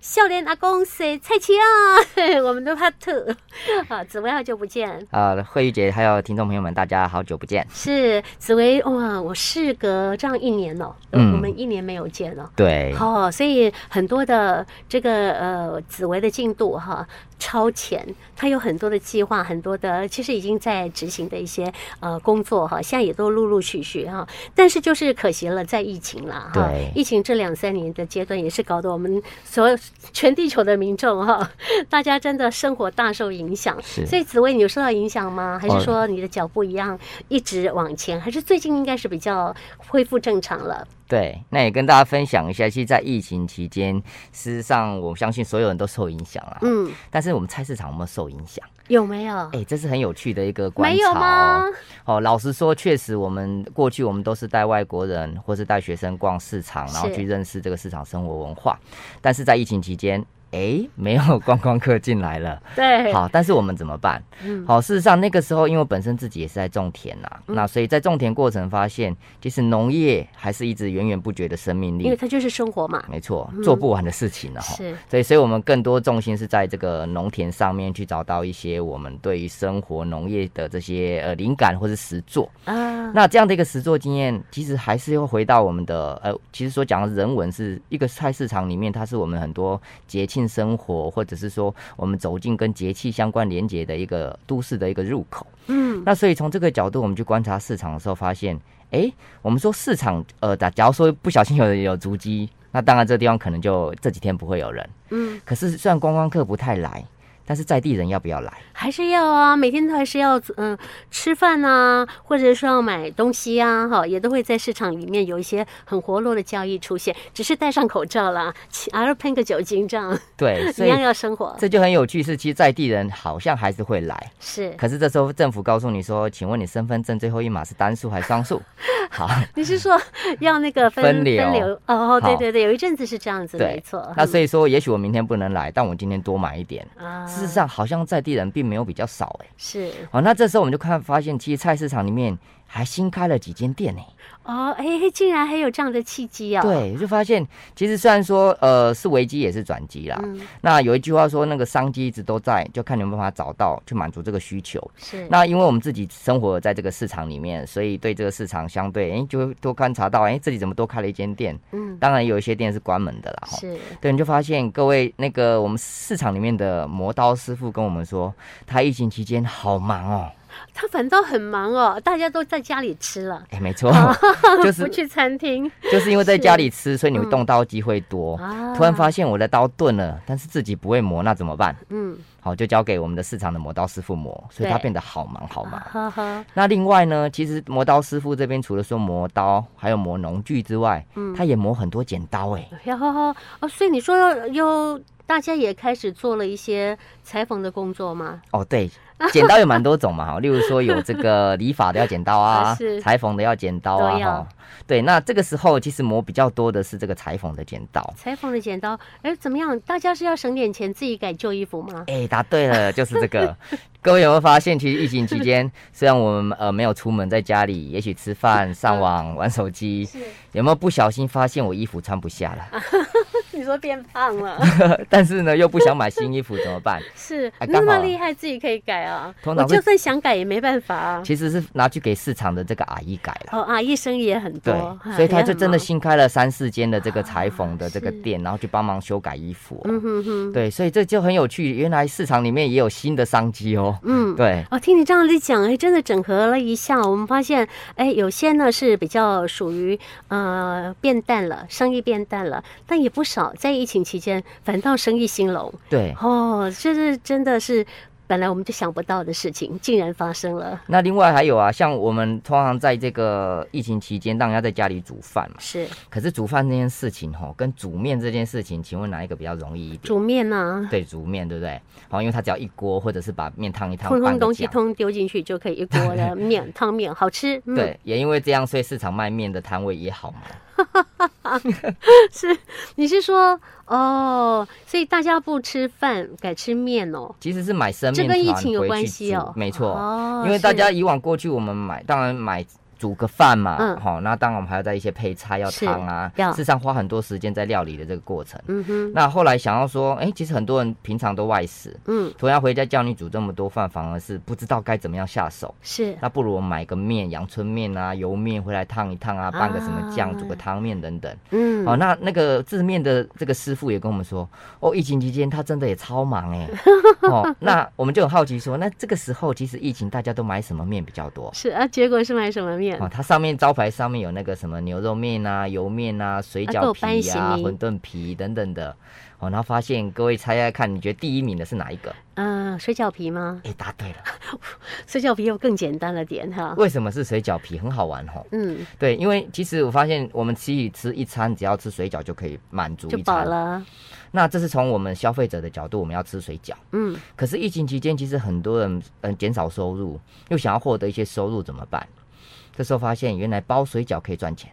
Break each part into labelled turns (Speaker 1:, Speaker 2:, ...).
Speaker 1: 笑脸阿公谁蔡奇啊， 我们都怕吐。 好，紫薇好久不见。
Speaker 2: 呃，慧玉姐还有听众朋友们，大家好久不见。
Speaker 1: 是紫薇哇，我事隔这样一年哦，
Speaker 2: 嗯
Speaker 1: 我们一年没有见了。
Speaker 2: 对，
Speaker 1: 哦，所以很多的这个呃紫薇的进度哈超前，她有很多的计划，很多的其实已经在执行的一些呃工作哈，现在也都陆陆续续哈。但是就是可惜了，在疫情啦哈
Speaker 2: 对，
Speaker 1: 疫情这两三年的阶段也是搞得我们所有全地球的民众哈，大家真的生活大受影响。
Speaker 2: 是
Speaker 1: 所以紫薇，你有受到影响吗？还
Speaker 2: 哦
Speaker 1: 是说你的脚步一样一直往前？还是最近应该是比较恢复正常了？
Speaker 2: 对，那也跟大家分享一下，其实，在疫情期间，事实上我相信所有人都受影响啦。
Speaker 1: 嗯，
Speaker 2: 但是我们菜市场有没有受影响？
Speaker 1: 有没有？
Speaker 2: 哎，这是很有趣的一个观察、哦。
Speaker 1: 没有吗？
Speaker 2: 哦，老实说，确实我们过去我们都是带外国人或是带学生逛市场，然后
Speaker 1: 是
Speaker 2: 去认识这个市场生活文化。但是在疫情期间，哎，没有观光客进来了。
Speaker 1: 对，
Speaker 2: 好，但是我们怎么办？
Speaker 1: 嗯
Speaker 2: 好，事实上那个时候，因为我本身自己也是在种田呐、那所以在种田过程发现，其实农业还是一直源源不绝的生命
Speaker 1: 因为
Speaker 2: 力。
Speaker 1: 它就是生活嘛，
Speaker 2: 没错，做不完的事情了哈。
Speaker 1: 是
Speaker 2: 对，所以，我们更多重心是在这个农田上面去找到一些我们对于生活农业的这些呃灵感或是实作。
Speaker 1: 啊，
Speaker 2: 那这样的一个实作经验，其实还是要回到我们的呃，其实所讲的人文是一个菜市场里面，它是我们很多节庆生活，或者是说我们走进跟节气相关连接的一个都市的一个入口。
Speaker 1: 嗯，
Speaker 2: 那所以从这个角度，我们去观察市场的时候，发现，哎，我们说市场，呃，假假如说不小心有有足迹，那当然这地方可能就这几天不会有人。
Speaker 1: 嗯，
Speaker 2: 可是虽然观光客不太来，但是在地人要不要来？
Speaker 1: 还是要啊，每天都还是要嗯吃饭呐、或者说要买东西啊，哈，也都会在市场里面有一些很活络的交易出现，只是戴上口罩啦，起还要喷个酒精这样，
Speaker 2: 对，
Speaker 1: 一
Speaker 2: 所以
Speaker 1: 样要生活，
Speaker 2: 这就很有趣，是其实在地人好像还是会来。
Speaker 1: 是，
Speaker 2: 可是这时候政府告诉你说，请问你身份证最后一码是单数还是双数？好，
Speaker 1: 你是说要那个分
Speaker 2: 分流
Speaker 1: 哦，对
Speaker 2: 好
Speaker 1: 对对，有一阵子是这样子，
Speaker 2: 对
Speaker 1: 没错，
Speaker 2: 那所以说，也许我明天不能来，但我今天多买一点。
Speaker 1: 啊，
Speaker 2: 事实上，好像在地人并没有比较少哎、
Speaker 1: 是
Speaker 2: 好，那这时候我们就看发现，其实菜市场里面还新开了几间店呢、
Speaker 1: 哦，哎，竟然还有这样的契机啊，，
Speaker 2: 对，就发现其实虽然说呃是危机也是转机啦。
Speaker 1: 嗯，
Speaker 2: 那有一句话说，那个商机一直都在，就看你有没有办法找到去满足这个需求。
Speaker 1: 是，
Speaker 2: 那因为我们自己生活在这个市场里面，所以对这个市场相对，哎、就会多观察到，哎、这里怎么多开了一间店？
Speaker 1: 嗯，
Speaker 2: 当然有一些店是关门的啦。吼
Speaker 1: 是，
Speaker 2: 对，你就发现各位那个我们市场里面的磨刀师傅跟我们说，他疫情期间好忙哦。
Speaker 1: 他反倒很忙哦，大家都在家里吃了，
Speaker 2: 哎、没错， 就
Speaker 1: 哦 不
Speaker 2: 是
Speaker 1: 去餐厅
Speaker 2: 就是因为在家里吃，所以你动刀机会多。
Speaker 1: 啊
Speaker 2: 突然发现我的刀钝了，但是自己不会磨，那怎么办？
Speaker 1: 嗯，
Speaker 2: 好，就交给我们的市场的磨刀师傅磨，所以他
Speaker 1: 对
Speaker 2: 变得好忙好忙。
Speaker 1: 啊哈哈，
Speaker 2: 那另外呢，其实磨刀师傅这边除了说磨刀，还有磨农具之外，
Speaker 1: 嗯
Speaker 2: 他也磨很多剪刀 哎、
Speaker 1: 然后哦，所以你说有大家也开始做了一些裁缝的工作吗？
Speaker 2: 哦，对，剪刀有蛮多种嘛哈，例如说有这个理发的要剪刀
Speaker 1: 啊
Speaker 2: 啊
Speaker 1: 是，
Speaker 2: 裁缝的要剪刀
Speaker 1: 都
Speaker 2: 啊
Speaker 1: 要
Speaker 2: 哈。对，那这个时候其实磨比较多的是这个裁缝的剪刀。
Speaker 1: 裁缝的剪刀，哎，怎么样？大家是要省点钱自己改旧衣服吗？
Speaker 2: 哎，答对了， 就是这个。各位有没有发现，其实疫情期间， 虽然我们呃没有出门，在家里也许吃饭、上网、玩手机，
Speaker 1: 嗯是，
Speaker 2: 有没有不小心发现我衣服穿不下 了？
Speaker 1: 你说变胖了，
Speaker 2: 但是呢，又不想买新衣服，怎么办？
Speaker 1: 是
Speaker 2: 哎
Speaker 1: 那
Speaker 2: 刚
Speaker 1: 么
Speaker 2: 好
Speaker 1: 厉害，自己可以改啊。
Speaker 2: 通
Speaker 1: 我
Speaker 2: 常会
Speaker 1: 就算想改也没办法啊。
Speaker 2: 其实是拿去给市场的这个阿姨改了。
Speaker 1: 哦啊，医生也很
Speaker 2: 对
Speaker 1: 多，，
Speaker 2: 所以
Speaker 1: 也
Speaker 2: 他就
Speaker 1: 很
Speaker 2: 真
Speaker 1: 忙
Speaker 2: 的新开了三四间的这个裁
Speaker 1: 啊
Speaker 2: 缝的这个
Speaker 1: 是
Speaker 2: 店，然后去帮忙修改衣服、哦
Speaker 1: 嗯哼哼，
Speaker 2: 对，所以这就很有趣，原来市场里面也有新的商机哦。
Speaker 1: 嗯。
Speaker 2: 对，
Speaker 1: 哦，听你这样子讲，哎，真的整合了一下，我们发现，哎，有些呢是比较属于呃变淡了，生意变淡了，但也不少在疫情期间反倒生意兴隆。
Speaker 2: 对。
Speaker 1: 哦，这是真的是本来我们就想不到的事情，竟然发生了。
Speaker 2: 那另外还有啊，像我们通常在这个疫情期间，让人家在家里煮饭嘛。
Speaker 1: 是
Speaker 2: 可是煮饭这件事情吼、跟煮面这件事情，请问哪一个比较容易一点？
Speaker 1: 煮面啊呐、
Speaker 2: 对，煮面对不对？好、因为它只要一锅，或者是把面烫一烫，
Speaker 1: 通
Speaker 2: 拌
Speaker 1: 通
Speaker 2: 个
Speaker 1: 东西
Speaker 2: 酱
Speaker 1: 通丢进去就可以一 锅的面汤面，好吃。嗯、，
Speaker 2: 对，也因为这样，所以市场卖面的摊位也好嘛。
Speaker 1: 是你是说哦，所以大家不吃饭改吃面哦，
Speaker 2: 其实是买生
Speaker 1: 这
Speaker 2: 面
Speaker 1: 跟疫
Speaker 2: 团
Speaker 1: 情有
Speaker 2: 回
Speaker 1: 关
Speaker 2: 去
Speaker 1: 系
Speaker 2: 煮
Speaker 1: 哦
Speaker 2: 没错。
Speaker 1: 哦，
Speaker 2: 因为大
Speaker 1: 是
Speaker 2: 家以往过去我们买，当然买煮个饭嘛，
Speaker 1: 嗯
Speaker 2: 好、那当然我们还要在一些配菜要
Speaker 1: 是
Speaker 2: 汤啊，
Speaker 1: 要
Speaker 2: 事实上花很多时间在料理的这个过程。
Speaker 1: 嗯哼，
Speaker 2: 那后来想要说，哎、其实很多人平常都外食，
Speaker 1: 嗯，
Speaker 2: 突然回家叫你煮这么多饭，反而是不知道该怎么样下手。
Speaker 1: 是，
Speaker 2: 那不如我买个面，阳春面啊，油面回来烫一烫啊，拌个什么酱，
Speaker 1: 啊
Speaker 2: 煮个汤面等等。
Speaker 1: 嗯，
Speaker 2: 好、那那个制面的这个师傅也跟我们说，哦，疫情期间他真的也超 忙哎、哦，那我们就很好奇说，那这个时候其实疫情大家都买什么面比较多？
Speaker 1: 是啊，结果是买什么面？
Speaker 2: 哦，它上面招牌上面有那个什么牛肉面啊、油面啊、水
Speaker 1: 啊都有
Speaker 2: 饺
Speaker 1: 搬
Speaker 2: 皮啊、
Speaker 1: 行
Speaker 2: 馄饨皮等等的。哦，然后发现各位猜猜看，你觉得第一名的是哪一个？
Speaker 1: 嗯、水饺皮吗？
Speaker 2: 哎，答 对了。
Speaker 1: 水饺皮又更简单了点哈。
Speaker 2: 为什么是水饺皮？很好玩哦。
Speaker 1: 嗯，
Speaker 2: 对，因为其实我发现我们吃一吃一餐，只要吃水饺就可以满足
Speaker 1: 就
Speaker 2: 一
Speaker 1: 饱
Speaker 2: 餐。
Speaker 1: 了。
Speaker 2: 那这是从我们消费者的角度，我们要吃水饺。
Speaker 1: 嗯，
Speaker 2: 可是疫情期间，其实很多人嗯减少收入，又想要获得一些收入，怎么办？这时候发现原来包水饺可以赚钱。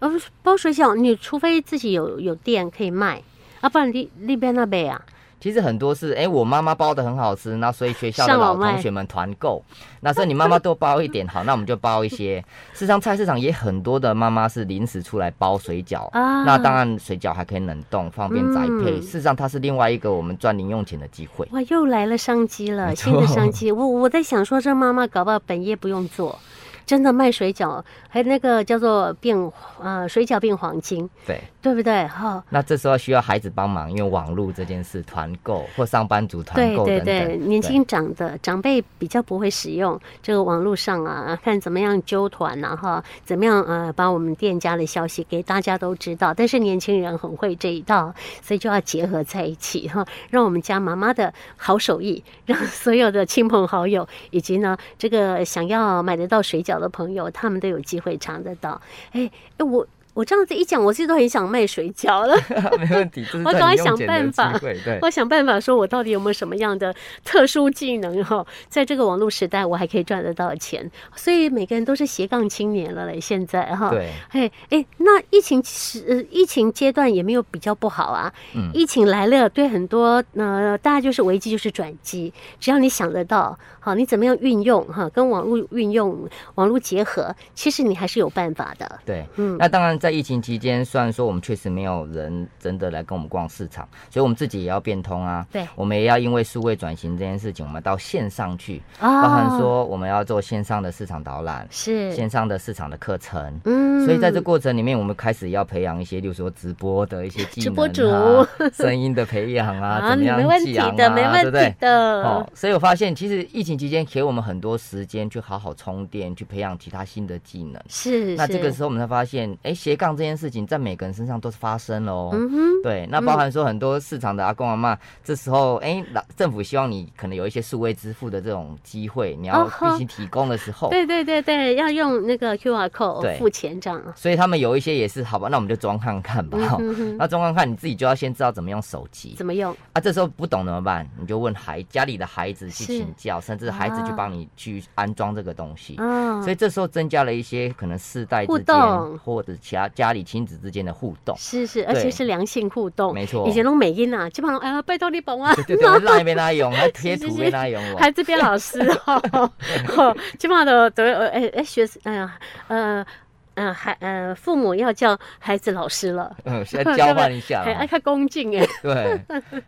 Speaker 1: 呃，包水饺，你除非自己有有店可以卖，啊，不然你那边那边啊，
Speaker 2: 其实很多是，哎、我妈妈包的很好吃，那所以学校的
Speaker 1: 上
Speaker 2: 老
Speaker 1: 网卖
Speaker 2: 同学们团购，那说你妈妈多包一 点，好，那我们就包一些。事实上，菜市场也很多的妈妈是临时出来包水饺，
Speaker 1: 啊
Speaker 2: 那当然水饺还可以冷冻，方便宅配。
Speaker 1: 嗯
Speaker 2: 事实上，它是另外一个我们赚零用钱的机会。
Speaker 1: 哇，又来了商机了，
Speaker 2: 没
Speaker 1: 新的
Speaker 2: 错
Speaker 1: 商机。我我在想说，这妈妈搞不好本业不用做，真的卖水饺，还有那个叫做变呃水饺变黄金，
Speaker 2: 对，
Speaker 1: 对不对？哈、
Speaker 2: 那这时候需要孩子帮忙，因为网络这件事，团购或上班族团
Speaker 1: 对
Speaker 2: 购
Speaker 1: 对
Speaker 2: 等等。
Speaker 1: 对，年轻长的长辈比较不会使用这个网络上啊，看怎么样揪团呐、哈，怎么样呃把我们店家的消息给大家都知道。但是年轻人很会这一套，所以就要结合在一起哈，让我们家妈妈的好手艺， 让所有的亲朋好友以及呢这个想要买得到水饺的朋友，他们都有机会尝得到。哎哎我。我这样子一讲，我自己都很想卖水饺了。
Speaker 2: 对，没问题，这是
Speaker 1: 我赶
Speaker 2: 赚
Speaker 1: 快
Speaker 2: 零用
Speaker 1: 想
Speaker 2: 钱
Speaker 1: 办
Speaker 2: 的
Speaker 1: 法
Speaker 2: 机会。对，
Speaker 1: 我想办法说，我到底有没有什么样的特殊技能哈、在这个网络时代，我还可以赚得到钱。所以每个人都是斜杠青年了嘞，现在哈、
Speaker 2: 对。
Speaker 1: 哎哎，那疫情时、呃疫情阶段也没有比较不好啊。
Speaker 2: 嗯
Speaker 1: 疫情来了，对很多呃，大家就是危机就是转机，只要你想得到，好，你怎么样运用哈，跟网络运用网络结合，其实你还是有办法的。
Speaker 2: 对，
Speaker 1: 嗯
Speaker 2: 那当然，在疫情期间，虽然说我们确实没有人真的来跟我们逛市场，所以我们自己也要变通啊。
Speaker 1: 对
Speaker 2: 我们也要因为数位转型这件事情，我们到线上去，
Speaker 1: 啊
Speaker 2: 包含说我们要做线上的市场导览、
Speaker 1: 是，
Speaker 2: 线上的市场的课程。
Speaker 1: 嗯
Speaker 2: 所以在这过程里面，我们开始要培养一些，例如说直播的一些技
Speaker 1: 直
Speaker 2: 能、啊、
Speaker 1: 播主
Speaker 2: 声音的培养 啊，怎么
Speaker 1: 你
Speaker 2: 样
Speaker 1: 没问
Speaker 2: 寄
Speaker 1: 题
Speaker 2: 养
Speaker 1: 的，
Speaker 2: 啊
Speaker 1: 没
Speaker 2: 对
Speaker 1: 问
Speaker 2: 不对
Speaker 1: 题？的。
Speaker 2: 哦，所以我发现其实疫情期间给我们很多时间去好好充电，去培养其他新的技能。
Speaker 1: 是，
Speaker 2: 那这个
Speaker 1: 是
Speaker 2: 时候我们才发现，哎、斜杠这件事情在每个人身上都是发生了哦。
Speaker 1: 嗯哼，
Speaker 2: 对，那包含说很多市场的阿公阿妈，这时候哎，老政府希望你可能有一些数位支付的这种机会，你要
Speaker 1: 哦呵
Speaker 2: 必须提供的时候，
Speaker 1: 对对对对，要用那个 QR
Speaker 2: 哦对
Speaker 1: code 付钱这样啊。
Speaker 2: 所以他们有一些也是好吧，那我们就装看看吧。
Speaker 1: 嗯哼哼
Speaker 2: 那装看看，你自己就要先知道怎么用手机
Speaker 1: 怎么用？
Speaker 2: 啊。这时候不懂怎么办，你就问孩家里的孩子去
Speaker 1: 是
Speaker 2: 请教，甚至孩子去
Speaker 1: 啊
Speaker 2: 帮你去安装这个东西。
Speaker 1: 啊
Speaker 2: 所，以这时候增加了一些可能世代
Speaker 1: 互
Speaker 2: 之
Speaker 1: 动
Speaker 2: 间或者其他家里亲子之间的互动。
Speaker 1: 是是，而且
Speaker 2: 对
Speaker 1: 是良性互动。
Speaker 2: 没错
Speaker 1: 以前都美音啊，基本上哎呀，拜托你 帮我。
Speaker 2: 对对对，那边那 用，还贴图边那用哦，
Speaker 1: 孩子变老师 哦，哦基本上都都呃哎哎学生哎呀呃呃孩呃父母要叫孩子老师了，
Speaker 2: 嗯，现在交换一下
Speaker 1: 还爱
Speaker 2: 哦，
Speaker 1: 看恭敬哎，
Speaker 2: 对。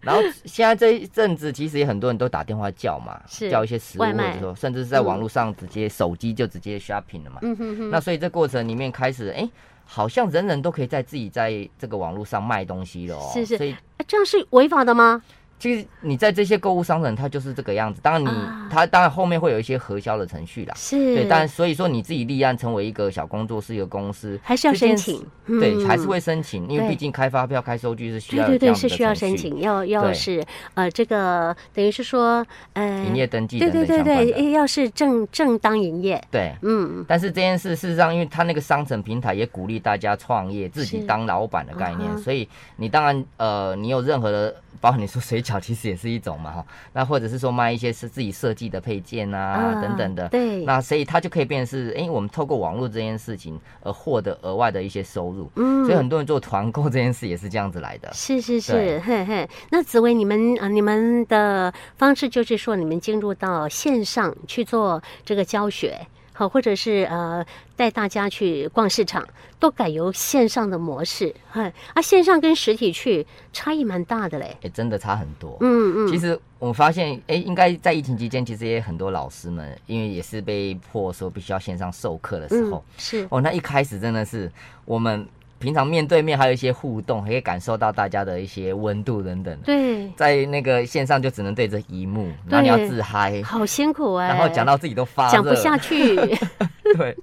Speaker 2: 然后现在这一阵子，其实也很多人都打电话叫嘛，
Speaker 1: 是
Speaker 2: 叫一些食物，
Speaker 1: 外
Speaker 2: 或
Speaker 1: 卖
Speaker 2: 者说甚至是在网络上直接手机就直接 shopping 了嘛。
Speaker 1: 嗯哼哼，
Speaker 2: 那所以这过程里面开始，哎，好像人人都可以在自己在这个网络上卖东西了哦。
Speaker 1: 是是
Speaker 2: 所以
Speaker 1: 哎这样是违法的吗？
Speaker 2: 其实你在这些购物商城，它就是这个样子。当然你
Speaker 1: 啊
Speaker 2: 它当然后面会有一些核销的程序啦。
Speaker 1: 是，
Speaker 2: 对，但所以说你自己立案成为一个小工作室、一个公司，
Speaker 1: 还是要
Speaker 2: 这件
Speaker 1: 申
Speaker 2: 事
Speaker 1: 请，
Speaker 2: 对，还是
Speaker 1: 嗯
Speaker 2: 会申请，因为
Speaker 1: 对
Speaker 2: 毕竟开发票、开收据是需
Speaker 1: 对
Speaker 2: 要有
Speaker 1: 对
Speaker 2: 这
Speaker 1: 对，
Speaker 2: 样子
Speaker 1: 是
Speaker 2: 的
Speaker 1: 需要
Speaker 2: 程
Speaker 1: 申
Speaker 2: 序，
Speaker 1: 请，要要
Speaker 2: 对
Speaker 1: 是呃，这个等于是说，呃，
Speaker 2: 营业登记
Speaker 1: 对
Speaker 2: 等
Speaker 1: 对
Speaker 2: 等
Speaker 1: 对
Speaker 2: 相关
Speaker 1: 对，
Speaker 2: 的。
Speaker 1: 诶要是正正当营业，
Speaker 2: 对，
Speaker 1: 嗯，
Speaker 2: 但是这件事事实上，因为它那个商城平台也鼓励大家创业，自己
Speaker 1: 是
Speaker 2: 当老板的概
Speaker 1: 嗯
Speaker 2: 念，
Speaker 1: 哼
Speaker 2: 所以你当然呃，你有任何的，包括你说水饺，其实也是一种嘛哈，那或者是说卖一些是自己设计的配件啊等等的。
Speaker 1: 对，
Speaker 2: 那所以它就可以变成是，哎、我们透过网络这件事情而获得额外的一些收入。所以
Speaker 1: 嗯，
Speaker 2: 很多人做团购这件事也是这样子来的。
Speaker 1: 是是是，
Speaker 2: 对
Speaker 1: 嘿嘿。那紫薇，你们啊、呃你们的方式就是说，你们进入到线上去做这个教学。好，或者是呃带大家去逛市场，都改由线上的模式。哎，啊，线上跟实体去差异蛮大的嘞。
Speaker 2: 也真的差很多。
Speaker 1: 嗯嗯，
Speaker 2: 其实我发现，哎、应该在疫情期间，其实也很多老师们，因为也是被迫说必须要线上授课的时候
Speaker 1: 嗯，是
Speaker 2: 哦，那一开始真的是我们平常面对面还有一些互动，可以感受到大家的一些温度等等的。
Speaker 1: 对，
Speaker 2: 在那个线上就只能对着荧幕，然后你要自嗨，
Speaker 1: 好辛苦哎、
Speaker 2: 然后讲到自己都发热，
Speaker 1: 讲不下去，
Speaker 2: 对，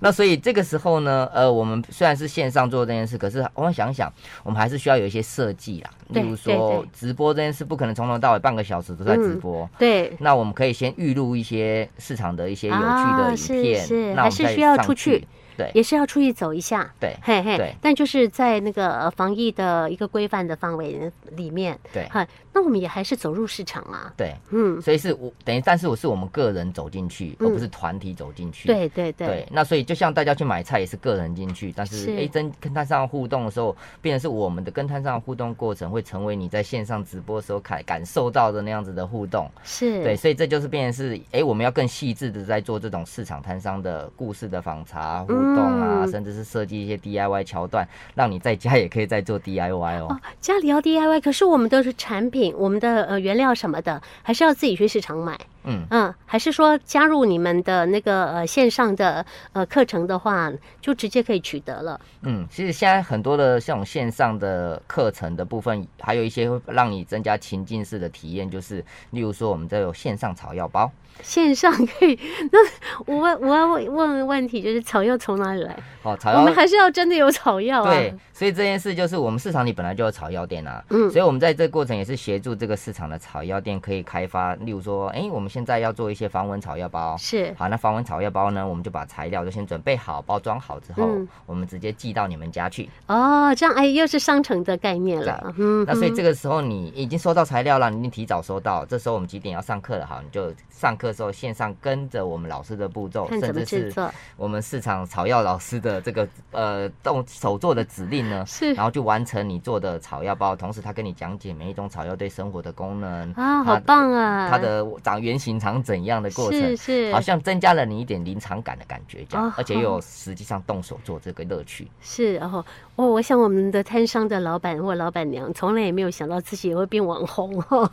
Speaker 2: 那所以这个时候呢，呃，我们虽然是线上做这件事，可是我们想想，我们还是需要有一些设计啦。例
Speaker 1: 对
Speaker 2: 如
Speaker 1: 对
Speaker 2: 说
Speaker 1: 对
Speaker 2: 直播这件事，不可能从头到尾半个小时都在直
Speaker 1: 嗯
Speaker 2: 播。
Speaker 1: 对。
Speaker 2: 那我们可以先预录一些市场的一些有趣的
Speaker 1: 啊
Speaker 2: 影
Speaker 1: 是
Speaker 2: 片，
Speaker 1: 是
Speaker 2: 那
Speaker 1: 还
Speaker 2: 我们
Speaker 1: 是
Speaker 2: 再
Speaker 1: 需要
Speaker 2: 上
Speaker 1: 出
Speaker 2: 去
Speaker 1: 去。
Speaker 2: 对
Speaker 1: 也是要出去走一下，
Speaker 2: 对
Speaker 1: 嘿嘿
Speaker 2: 对，
Speaker 1: 但就是在那个呃防疫的一个规范的范围里面，
Speaker 2: 对
Speaker 1: 哈，那我们也还是走入市场啊，
Speaker 2: 对，
Speaker 1: 嗯，
Speaker 2: 所以是我等于，但是我是我们个人走进去，而不是团体走进去。
Speaker 1: 对对对，
Speaker 2: 对，那所以就像大家去买菜也是个人进去，但是
Speaker 1: 是
Speaker 2: 诶，真跟摊商互动的时候，变成是我们的跟摊商互动过程，会成为你在线上直播的时候感感受到的那样子的互动。
Speaker 1: 是，
Speaker 2: 对，所以这就是变成是，诶，我们要更细致的在做这种市场摊商的故事的访查、互动啊，
Speaker 1: 嗯
Speaker 2: 甚至是设计一些 DIY 桥段，让你在家也可以再做 DIY 哦。
Speaker 1: 哦，家里要 DIY，可是我们的产品、我们的呃原料什么的，还是要自己去市场买。
Speaker 2: 嗯
Speaker 1: 嗯，还是说加入你们的那个呃线上的呃课程的话，就直接可以取得了。
Speaker 2: 嗯，其实现在很多的像我们线上的课程的部分，还有一些会让你增加情境式的体验，就是例如说我们这有线上草药包。
Speaker 1: 线上 可以，那我问我要问问个问题，就是草药从哪里来？
Speaker 2: 好，草
Speaker 1: 我
Speaker 2: 药
Speaker 1: 们还是要真的有草药啊。
Speaker 2: 对，所以这件事就是我们市场里本来就有草药店啊，
Speaker 1: 嗯
Speaker 2: 所以我们在这过程也是协助这个市场的草药店可以开发，例如说，哎、我们现在要做一些防蚊草药包，
Speaker 1: 是
Speaker 2: 好，那防蚊草药包呢，我们就把材料就先准备好，包装好之后，
Speaker 1: 嗯
Speaker 2: 我们直接寄到你们家去。
Speaker 1: 哦，这样哎，又是商城的概念了。嗯，
Speaker 2: 那所以这个时候你已经收到材料了，你已经提早收到，这时候我们几点要上课了？好，你就上课的时候线上跟着我们老师的步骤，
Speaker 1: 看
Speaker 2: 甚
Speaker 1: 怎么
Speaker 2: 至
Speaker 1: 制
Speaker 2: 是
Speaker 1: 作。
Speaker 2: 我们市场草药老师的这个呃动手做的指令呢，
Speaker 1: 是
Speaker 2: 然后就完成你做的草药包，同时他跟你讲解每一种草药对生活的功能
Speaker 1: 啊，
Speaker 2: 它
Speaker 1: 好棒啊！
Speaker 2: 它的长原型长怎样的过程
Speaker 1: 是，是
Speaker 2: 好像增加了你一点临场感的感觉，这样，
Speaker 1: 哦
Speaker 2: 而且又有实际上动手做这个乐趣。
Speaker 1: 是，然后哦，我想我们的摊商的老板或老板娘从来也没有想到自己也会变网红哦，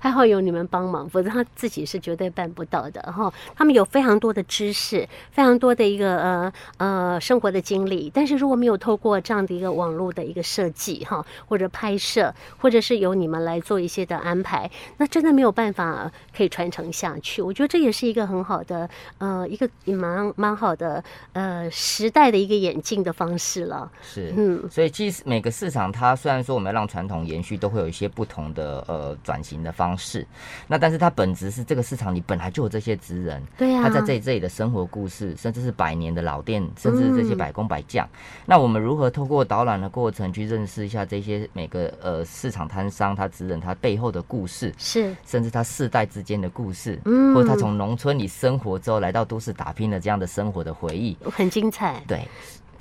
Speaker 1: 还好有你们帮忙，否则他自己是绝对办不到的哈、他们有非常多的知识，非常多的一个呃呃生活的经历，但是如果没有透过这样的一个网络的一个设计哈、或者拍摄，或者是由你们来做一些的安排，那真的没有办法可以传承下去。我觉得这也是一个很好的呃一个蛮蛮好的呃时代的一个演进的方式了。
Speaker 2: 是，
Speaker 1: 嗯，
Speaker 2: 所以其实每个市场，它虽然说我们要让传统延续，都会有一些不同的呃转型的方式，那但是它本质是这个市场里本来就有这些职人，
Speaker 1: 对啊呀、
Speaker 2: 他在这里这里的生活故事，甚至是百年的老店，甚至
Speaker 1: 嗯
Speaker 2: 这些百工百匠。那我们如何透过导览的过程去认识一下这些每个呃市场摊商、他职人他背后的故事，
Speaker 1: 是
Speaker 2: 甚至他世代之间的故事，
Speaker 1: 嗯
Speaker 2: 或者他从农村里生活之后来到都市打拼的这样的生活的回忆，
Speaker 1: 很精彩。
Speaker 2: 对。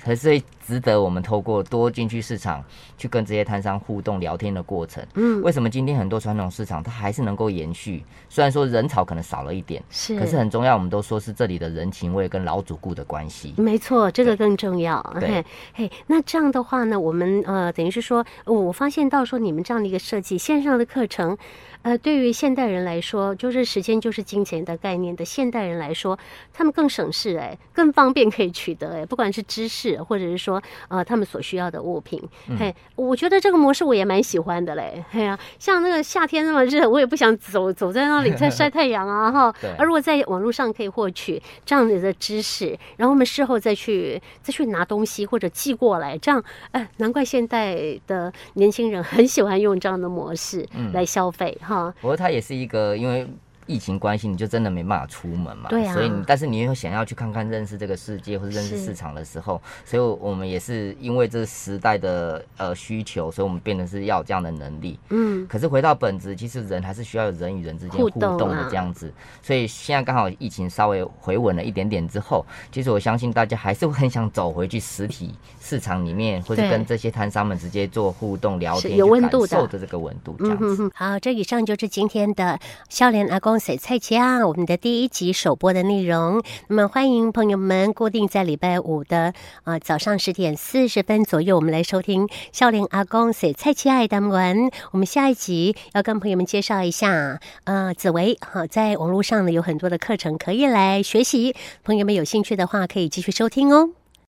Speaker 2: 可是值得我们透过多进去市场去跟这些摊商互动聊天的过程。
Speaker 1: 嗯，
Speaker 2: 为什么今天很多传统市场它还是能够延续？虽然说人潮可能少了一点，
Speaker 1: 是，
Speaker 2: 可是很重要，我们都说是这里的人情味跟老主顾的关系。
Speaker 1: 没错，这个更重要。
Speaker 2: 对
Speaker 1: 嘿，嘿，那这样的话呢，我们呃，等于是说，呃我发现到说你们这样的一个设计，线上的课程，呃，对于现代人来说，就是时间就是金钱的概念的现代人来说，他们更省事哎、更方便可以取得哎、不管是知识或者是说呃他们所需要的物品，嘿，我觉得这个模式我也蛮喜欢的嘞，嘿呀、像那个夏天那么热，我也不想走走在那里在晒太阳啊哈
Speaker 2: 对，
Speaker 1: 而如果在网络上可以获取这样子的知识，然后我们事后再去再去拿东西或者寄过来，这样，哎，难怪现代的年轻人很喜欢用这样的模式来消费、哈。
Speaker 2: 不过它也是一个因为。疫情关系，你就真的没办法出门嘛？
Speaker 1: 对啊
Speaker 2: 所以你，但是你又想要去看看、认识这个世界或者认识
Speaker 1: 是
Speaker 2: 市场的时候，所以我们也是因为这时代的呃需求，所以我们变得是要有这样的能力。
Speaker 1: 嗯，
Speaker 2: 可是回到本质，其实人还是需要有人与人之间
Speaker 1: 互
Speaker 2: 互
Speaker 1: 动啊啊
Speaker 2: 动的这样子。所以现在刚好疫情稍微回稳了一点点之后，其实我相信大家还是会很想走回去实体市场里面，或者
Speaker 1: 对
Speaker 2: 跟这些摊商们直接做互动聊
Speaker 1: 是
Speaker 2: 天，
Speaker 1: 有
Speaker 2: 去
Speaker 1: 温
Speaker 2: 感
Speaker 1: 度的
Speaker 2: 受的这个温度这
Speaker 1: 嗯
Speaker 2: 样子。
Speaker 1: 哼哼，好，这以上就是今天的笑脸阿公用水菜酱》啊我们的第一集首播的内容。那么欢迎朋友们固定在礼拜五的呃早上十点四十分左右，我们来收听《笑脸阿公水菜鸡爱单文》。我们下一集要跟朋友们介绍一下，呃，紫薇哈、在网络上呢有很多的课程可以来学习，朋友们有兴趣的话可以继续收听哦。